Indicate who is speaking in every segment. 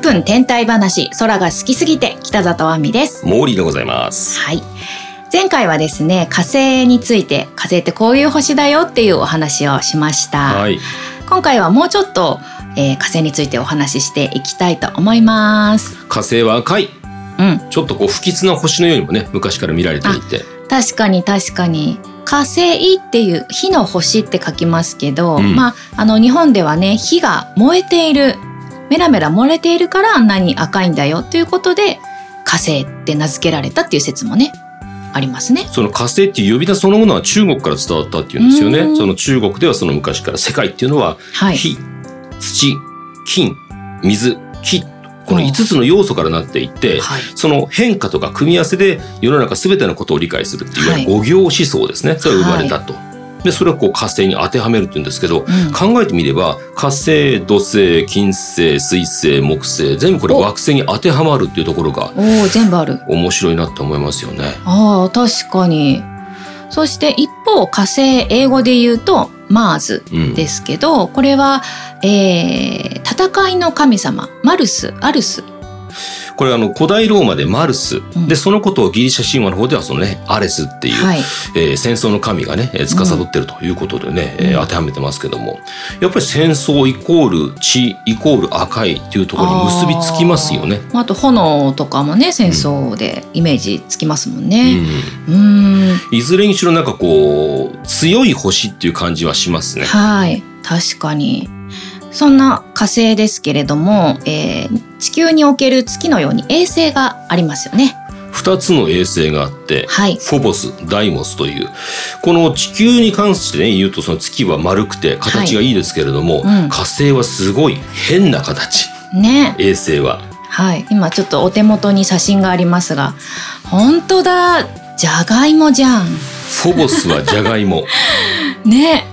Speaker 1: 分天体話空が好きすぎて北里亜美です
Speaker 2: モーリーでございます。
Speaker 1: はい前回はですね火星について火星ってこういう星だよっていうお話をしました、
Speaker 2: はい。
Speaker 1: 今回はもうちょっと、えー火星についてお話ししていきたいと思います
Speaker 2: 火星は赤い。
Speaker 1: うん
Speaker 2: ちょっとこう不吉な星のようにもね、昔から見られていて。
Speaker 1: 確かに確かに火星っていう火の星って書きますけど、
Speaker 2: うん
Speaker 1: まああの日本ではね火が燃えているメラメラ燃えているからあんなに赤いんだよということで火星って名付けられたっていう説もねありますね。
Speaker 2: その火星っていう呼び名そのものは中国から伝わったっていうんですよ
Speaker 1: う
Speaker 2: ね。
Speaker 1: ん
Speaker 2: その中国ではその昔から世界っていうのは
Speaker 1: はい、
Speaker 2: 火、土、金、水、木、この5つの要素からなっていて、
Speaker 1: はい
Speaker 2: その変化とか組み合わせで世の中全てのことを理解するっていう、
Speaker 1: はい
Speaker 2: 五行思想ですね。それが生まれたと。で、それをこう火星に当てはめるっていうんですけど、
Speaker 1: うん
Speaker 2: 考えてみれば火星土星金星水星木星全部これ
Speaker 1: お
Speaker 2: 惑星に当てはまるっていうところが
Speaker 1: おお全部ある。
Speaker 2: 面白いなって思いますよね。
Speaker 1: ああ確かに。そして一方火星英語で言うとマーズ
Speaker 2: うん、
Speaker 1: ですけどこれは、えー戦いの神様マルスアルス
Speaker 2: これあの古代ローマでマルス、
Speaker 1: ん
Speaker 2: でそのことをギリシャ神話の方ではそのねアレスっていう、
Speaker 1: はい、
Speaker 2: えー戦争の神がねえー司ってるということでね、えー当てはめてますけどもやっぱり戦争イコール血イコール赤いっていうところに結びつきますよね。
Speaker 1: まああと炎とかもね戦争でイメージつきますもんね。
Speaker 2: う
Speaker 1: うーん、
Speaker 2: ん、いずれにしろなんかこう強い星っていう感じはしますね。
Speaker 1: はい確かにそんな火星ですけれども、えー地球における月のように衛星がありますよね。
Speaker 2: 2つの衛星があって、
Speaker 1: はい
Speaker 2: フォボス、ダイモスという、この地球に関して、ね、言うと、その月は丸くて形がいいですけれども、
Speaker 1: はいうん
Speaker 2: 火星はすごい変な形、
Speaker 1: ね
Speaker 2: 衛星は。
Speaker 1: はい今ちょっとお手元に写真がありますが本当だじゃがいもじゃん。
Speaker 2: フォボスはジャガイ モ、
Speaker 1: ね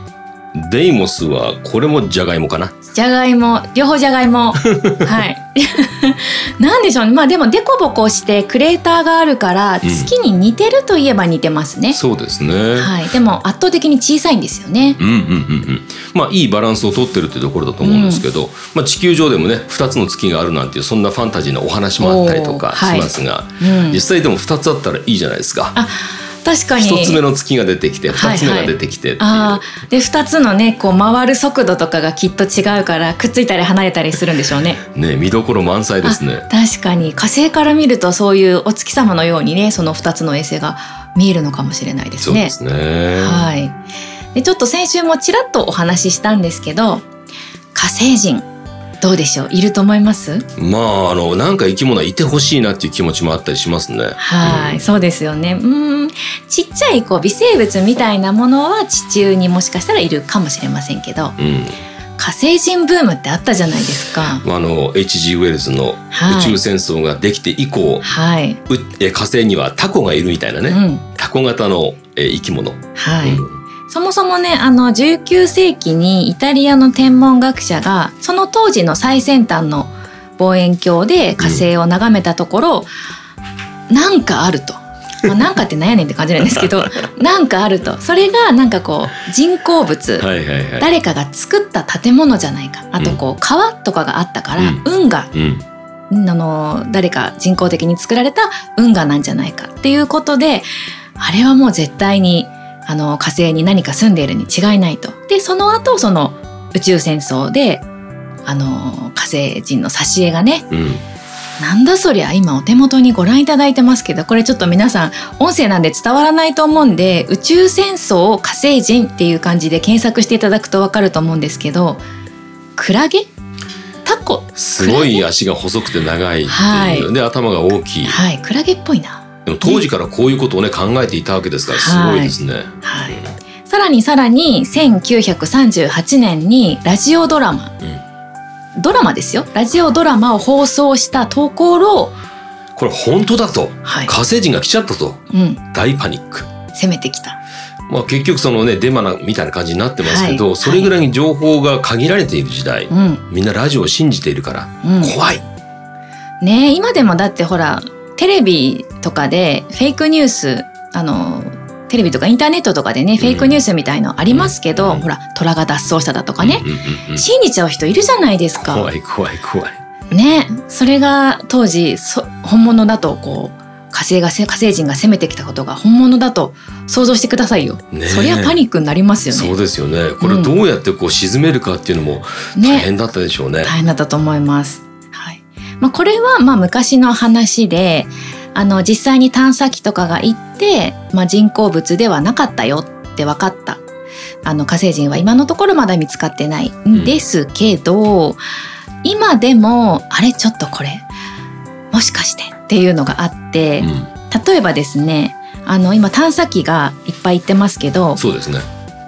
Speaker 2: デイモスはこれもジャガイモかな。
Speaker 1: じゃがいも両方じゃがい もはい なんでしょうねまあでもデコボコしてクレーターがあるから
Speaker 2: うん
Speaker 1: 月に似てるといえば似てますね、
Speaker 2: そうですね。
Speaker 1: はいでも圧倒的に小さいんですよね
Speaker 2: うんうんうんうん、まあいいバランスをとってるってところだと思うんですけど、まあ、地球上でもね2つの月があるなんていうそんなファンタジーなお話もあったりと
Speaker 1: お
Speaker 2: か
Speaker 1: ー
Speaker 2: し
Speaker 1: はい
Speaker 2: ますが、
Speaker 1: うん
Speaker 2: 実際でも2つあったらいいじゃないですか。
Speaker 1: あ確かに
Speaker 2: 一つ目の月が出てきて
Speaker 1: はいは
Speaker 2: 二
Speaker 1: い
Speaker 2: つ目が出てきてっていう、
Speaker 1: あーで2つのねこう回る速度とかがきっと違うからくっついたり離れたりするんでしょうね。
Speaker 2: ね見どころ満載です
Speaker 1: あ
Speaker 2: ね
Speaker 1: 確かに火星から見るとそういうお月様のようにねその2つの衛星が見えるのかもしれないです
Speaker 2: そう
Speaker 1: ね
Speaker 2: で。すね
Speaker 1: はい。で、ちょっと先週もちらっとお話ししたんですけど、火星人、どうでしょういると思います
Speaker 2: まああのなんか生き物はいてほしいなっていう気持ちもあったりしますね
Speaker 1: はい、
Speaker 2: うん
Speaker 1: そうですよね。うん、ちっちゃいこう微生物みたいなものは地中にもしかしたらいるかもしれませんけど、
Speaker 2: うん
Speaker 1: 火星人ブームってあったじゃないですか。
Speaker 2: まああの H.G. ウェルズの
Speaker 1: はい
Speaker 2: 宇宙戦争ができて以降、
Speaker 1: はい。
Speaker 2: うえ火星にはタコがいるみたいなね、
Speaker 1: うん。
Speaker 2: タコ型のえ生き物、
Speaker 1: はい。
Speaker 2: うん
Speaker 1: そもそもね、あの、19世紀にイタリアの天文学者が、その当時の最先端の望遠鏡で火星を眺めたところ、なんかあると。まあ、なんかってなんやねんって感じなんですけ ど、なんかあると。それがなんかこう、人工物。
Speaker 2: はいはいはい
Speaker 1: 誰かが作った建物じゃないか。あとこう、川とかがあったから、運河
Speaker 2: うん
Speaker 1: あの誰か人工的に作られた運河なんじゃないかっていうことであれはもう絶対にあの火星に何か住んでいるに違いないと。でその後その宇宙戦争であの火星人の挿絵がね
Speaker 2: うん
Speaker 1: なんだそりゃ今お手元にご覧いただいてますけどこれちょっと皆さん音声なんで伝わらないと思うんで宇宙戦争火星人っていう感じで検索していただくとわかると思うんですけどクラゲタコ
Speaker 2: すごい足が細くて長いっていう、
Speaker 1: はい
Speaker 2: で頭が大きい
Speaker 1: はいクラゲっぽいな。
Speaker 2: でも当時からこういうことをね考えていたわけですからすごいですね、
Speaker 1: はい、さらにさらに1938年にラジオドラマ、ドラマですよラジオドラマを放送したところ、
Speaker 2: これ本当だと
Speaker 1: はい
Speaker 2: 火星人が来ちゃったと
Speaker 1: うん、
Speaker 2: 大パニック。
Speaker 1: 攻めてきた
Speaker 2: まあ、結局そのねデマなみたいな感じになってますけど、
Speaker 1: はい
Speaker 2: それぐらいに情報が限られている時代、
Speaker 1: うん
Speaker 2: みんなラジオを信じているから
Speaker 1: うん
Speaker 2: 怖い、
Speaker 1: ねえ今でもだってほらテレビとかでフェイクニュースあのテレビとかインターネットとかでね、フェイクニュースみたいのありますけど、
Speaker 2: うん
Speaker 1: ほら虎が脱走しただとかね、
Speaker 2: うんうんうん
Speaker 1: 信じちゃう人いるじゃないですか。
Speaker 2: 怖い怖い怖い
Speaker 1: ねそれが当時そ本物だとこう火星がせ火星人が攻めてきたことが本物だと想像してくださいよ、
Speaker 2: ねえ
Speaker 1: そりゃパニックになりますよ
Speaker 2: そう
Speaker 1: ね
Speaker 2: ですよね。これどうやってこう沈めるかっていうのも大
Speaker 1: ね
Speaker 2: 変だったでしょうね。
Speaker 1: 大変だったと思います、はいまあ、これはまあ昔の話であの実際に探査機とかが行って、まあ、人工物ではなかったよって分かったあの火星人は今のところまだ見つかってないんですけど、今でもあれちょっとこれもしかしてっていうのがあって、
Speaker 2: う
Speaker 1: 例えばですねあの今探査機がいっぱい行ってますけど
Speaker 2: ん、そうですね。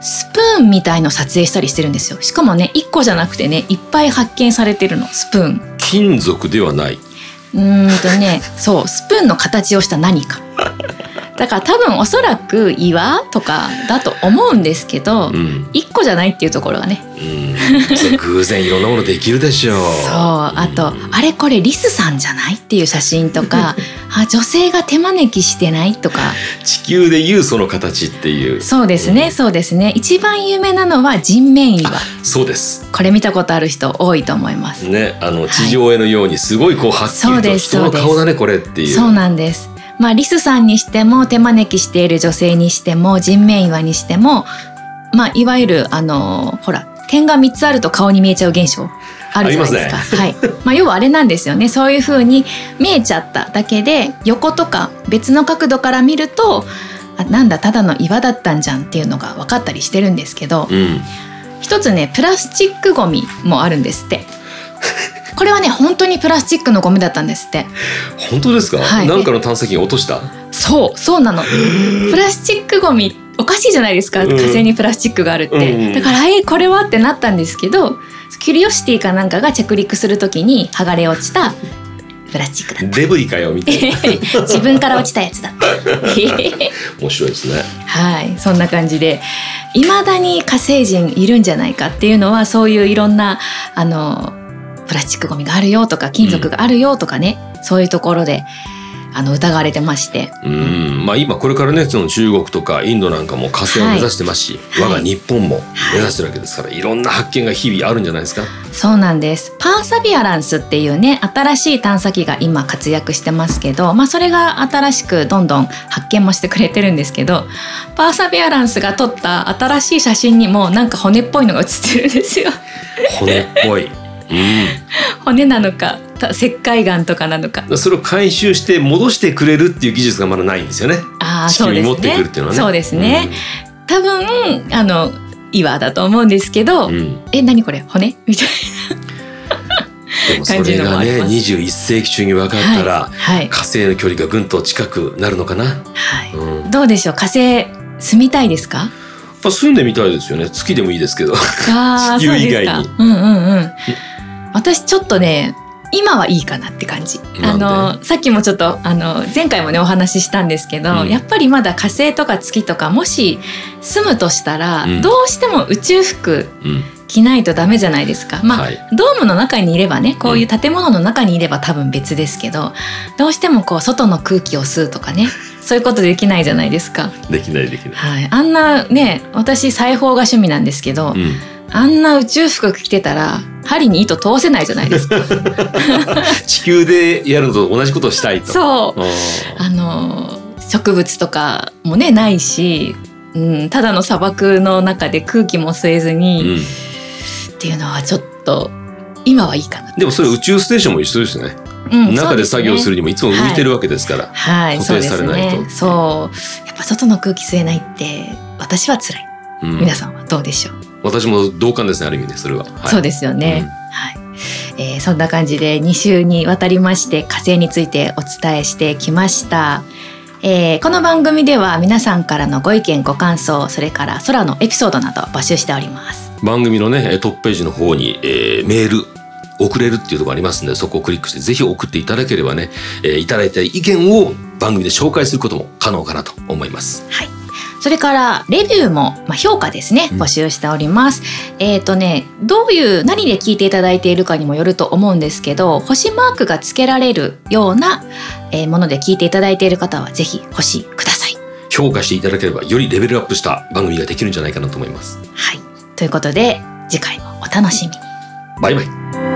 Speaker 1: スプーンみたいの撮影したりしてるんですよしかもね1個じゃなくてねいっぱい発見されてるのスプーン
Speaker 2: 金属ではない。
Speaker 1: うーんと ねそうスプーンの形をした何かだから多分おそらく岩とかだと思うんですけど、
Speaker 2: うん、
Speaker 1: 一1個じゃないっていうところがね
Speaker 2: うん、そう偶然いろんなものできるでしょう。
Speaker 1: そうあと、
Speaker 2: ん
Speaker 1: あれこれリスさんじゃないっていう写真と かあ女性が手招きしてないとか
Speaker 2: 地球でいうその形っていう。
Speaker 1: そうですね、そうですね一番有名なのは人面岩
Speaker 2: そうです。
Speaker 1: これ見たことある人多いと思います、
Speaker 2: ね、あの
Speaker 1: い
Speaker 2: 地上絵のようにすごいこうはっき
Speaker 1: そ
Speaker 2: り
Speaker 1: う
Speaker 2: と
Speaker 1: です
Speaker 2: 人の顔だねこれっていう。
Speaker 1: そうなんです。まあリスさんにしても手招きしている女性にしても人面岩にしても、まあいわゆるあのほら点が三つあると顔に見えちゃう現象あるじゃないですか。
Speaker 2: あ
Speaker 1: はい。まあ要はあれなんですよね。そういう風に見えちゃっただけで横とか別の角度から見ると。あなんだただの岩だったんじゃんっていうのが分かったりしてるんですけど
Speaker 2: うん。
Speaker 1: 一つねプラスチックゴミもあるんですってこれはね本当にプラスチックのゴミだったんですって
Speaker 2: 本当ですか。
Speaker 1: はい
Speaker 2: なんかの探査機が落とした。
Speaker 1: そうそうなのプラスチックゴミおかしいじゃないですか
Speaker 2: うん
Speaker 1: 火星にプラスチックがあるって、
Speaker 2: うんうん
Speaker 1: だからえこれはってなったんですけどキュリオシティかなんかが着陸するときに剥がれ落ちたプラスチック だ
Speaker 2: デブリかよみたいな。
Speaker 1: 自分から落ちたやつだ
Speaker 2: 面白いですね。
Speaker 1: はいそんな感じでいまだに火星人いるんじゃないかっていうのはそういういろんなあのプラスチックゴミがあるよとか金属があるよとかね、そういうところであの疑われてまして
Speaker 2: うん、まあ今これからねその中国とかインドなんかも火星を目指してますし、
Speaker 1: はい
Speaker 2: 我が日本も目指してるわけですから、い、ろんな発見が日々あるんじゃないですか。
Speaker 1: そうなんです。パーサビアランスっていうね、新しい探査機が今活躍してますけど、まあそれが新しくどんどん発見もしてくれてるんですけど、パーサビアランスが撮った新しい写真にもなんか骨っぽいのが写ってるんですよ。
Speaker 2: 骨っぽい。うん
Speaker 1: 骨なのか、た石灰岩とかなのか。、
Speaker 2: それを回収して戻してくれるっていう技術がまだないんですよね。
Speaker 1: ああ、
Speaker 2: 地
Speaker 1: そう
Speaker 2: 球に
Speaker 1: ですね。
Speaker 2: 持ってくるっていうのはね。
Speaker 1: そうですね。多分、あの、岩だと思うんですけど、
Speaker 2: うん。うん
Speaker 1: え、何これ骨みたい
Speaker 2: でもそ
Speaker 1: 感じ
Speaker 2: れ
Speaker 1: のも
Speaker 2: が
Speaker 1: あり
Speaker 2: ね
Speaker 1: ます
Speaker 2: 21世紀中に分か
Speaker 1: な。
Speaker 2: ったら、
Speaker 1: はい。
Speaker 2: 火星の距離がぐんと近くなるのかな。
Speaker 1: はい。
Speaker 2: うん、やっ
Speaker 1: どうでしょう火星住みたいですか
Speaker 2: ぱ住んでみたいですよね。月でもいいです けど。
Speaker 1: あー
Speaker 2: 地球以外に
Speaker 1: そうですかうんうんうん。私ちょっとね、今はいいかなって感じ。あ
Speaker 2: なんで
Speaker 1: の、さっきもちょっと、あの、前回もね、お話ししたんですけど、
Speaker 2: うん
Speaker 1: やっぱりまだ火星とか月とか、もし住むとしたら、
Speaker 2: うん
Speaker 1: どうしても宇宙服
Speaker 2: うん、
Speaker 1: 着ないとダメじゃないですか。まあ、
Speaker 2: はい。
Speaker 1: ドームの中にいればね、こういう建物の中にいれば多分別ですけど、どうしてもこう、外の空気を吸うとかね、そういうことできないじゃないですか。
Speaker 2: できないできない。
Speaker 1: はい。あんなね、私裁縫が趣味なんですけど、
Speaker 2: うん、
Speaker 1: あんな宇宙服着てたら針に糸通せないじゃないです か。
Speaker 2: 地球でやるのと同じことをしたいと。
Speaker 1: そう。
Speaker 2: あー
Speaker 1: あの植物とかもねないし、うん、ただの砂漠の中で空気も吸えず
Speaker 2: う
Speaker 1: に、
Speaker 2: ん
Speaker 1: っていうのはちょっと今はいいかな。
Speaker 2: でもそれ宇宙ステーションも一緒ですよね。
Speaker 1: うん
Speaker 2: 中で作業す
Speaker 1: る。
Speaker 2: るにもいつも浮いてるわけですから。
Speaker 1: はい、そうで
Speaker 2: 固定さ
Speaker 1: す
Speaker 2: れないと
Speaker 1: ね。そう。やっぱ外の空気吸えないって私は辛い。
Speaker 2: うん
Speaker 1: 皆さんはどうでしょう。
Speaker 2: 私も同感ですねある意味ねそれは。はい、
Speaker 1: そうですよね。はい。えーそんな感じで2週にわたりまして火星についてお伝えしてきました。えーこの番組では皆さんからのご意見ご感想それから空のエピソードなど募集しております。
Speaker 2: 番組のねえートップページの方に、えーメール送れるっていうところありますんでそこをクリックしてぜひ送っていただければね、えーいただいた意見を番組で紹介することも可能かなと思います。
Speaker 1: はい。それからレビューも、まあ、評価ですね
Speaker 2: うん
Speaker 1: 募集しております。えっ、とねどういう何で聞いていただいているかにもよると思うんですけど星マークがつけられるような、えーもので聞いていただいている方はぜひ星ください。
Speaker 2: 評価していただければよりレベルアップした番組ができるんじゃないかなと思います。
Speaker 1: はい。ということで、次回もお楽しみに。
Speaker 2: バイバイ。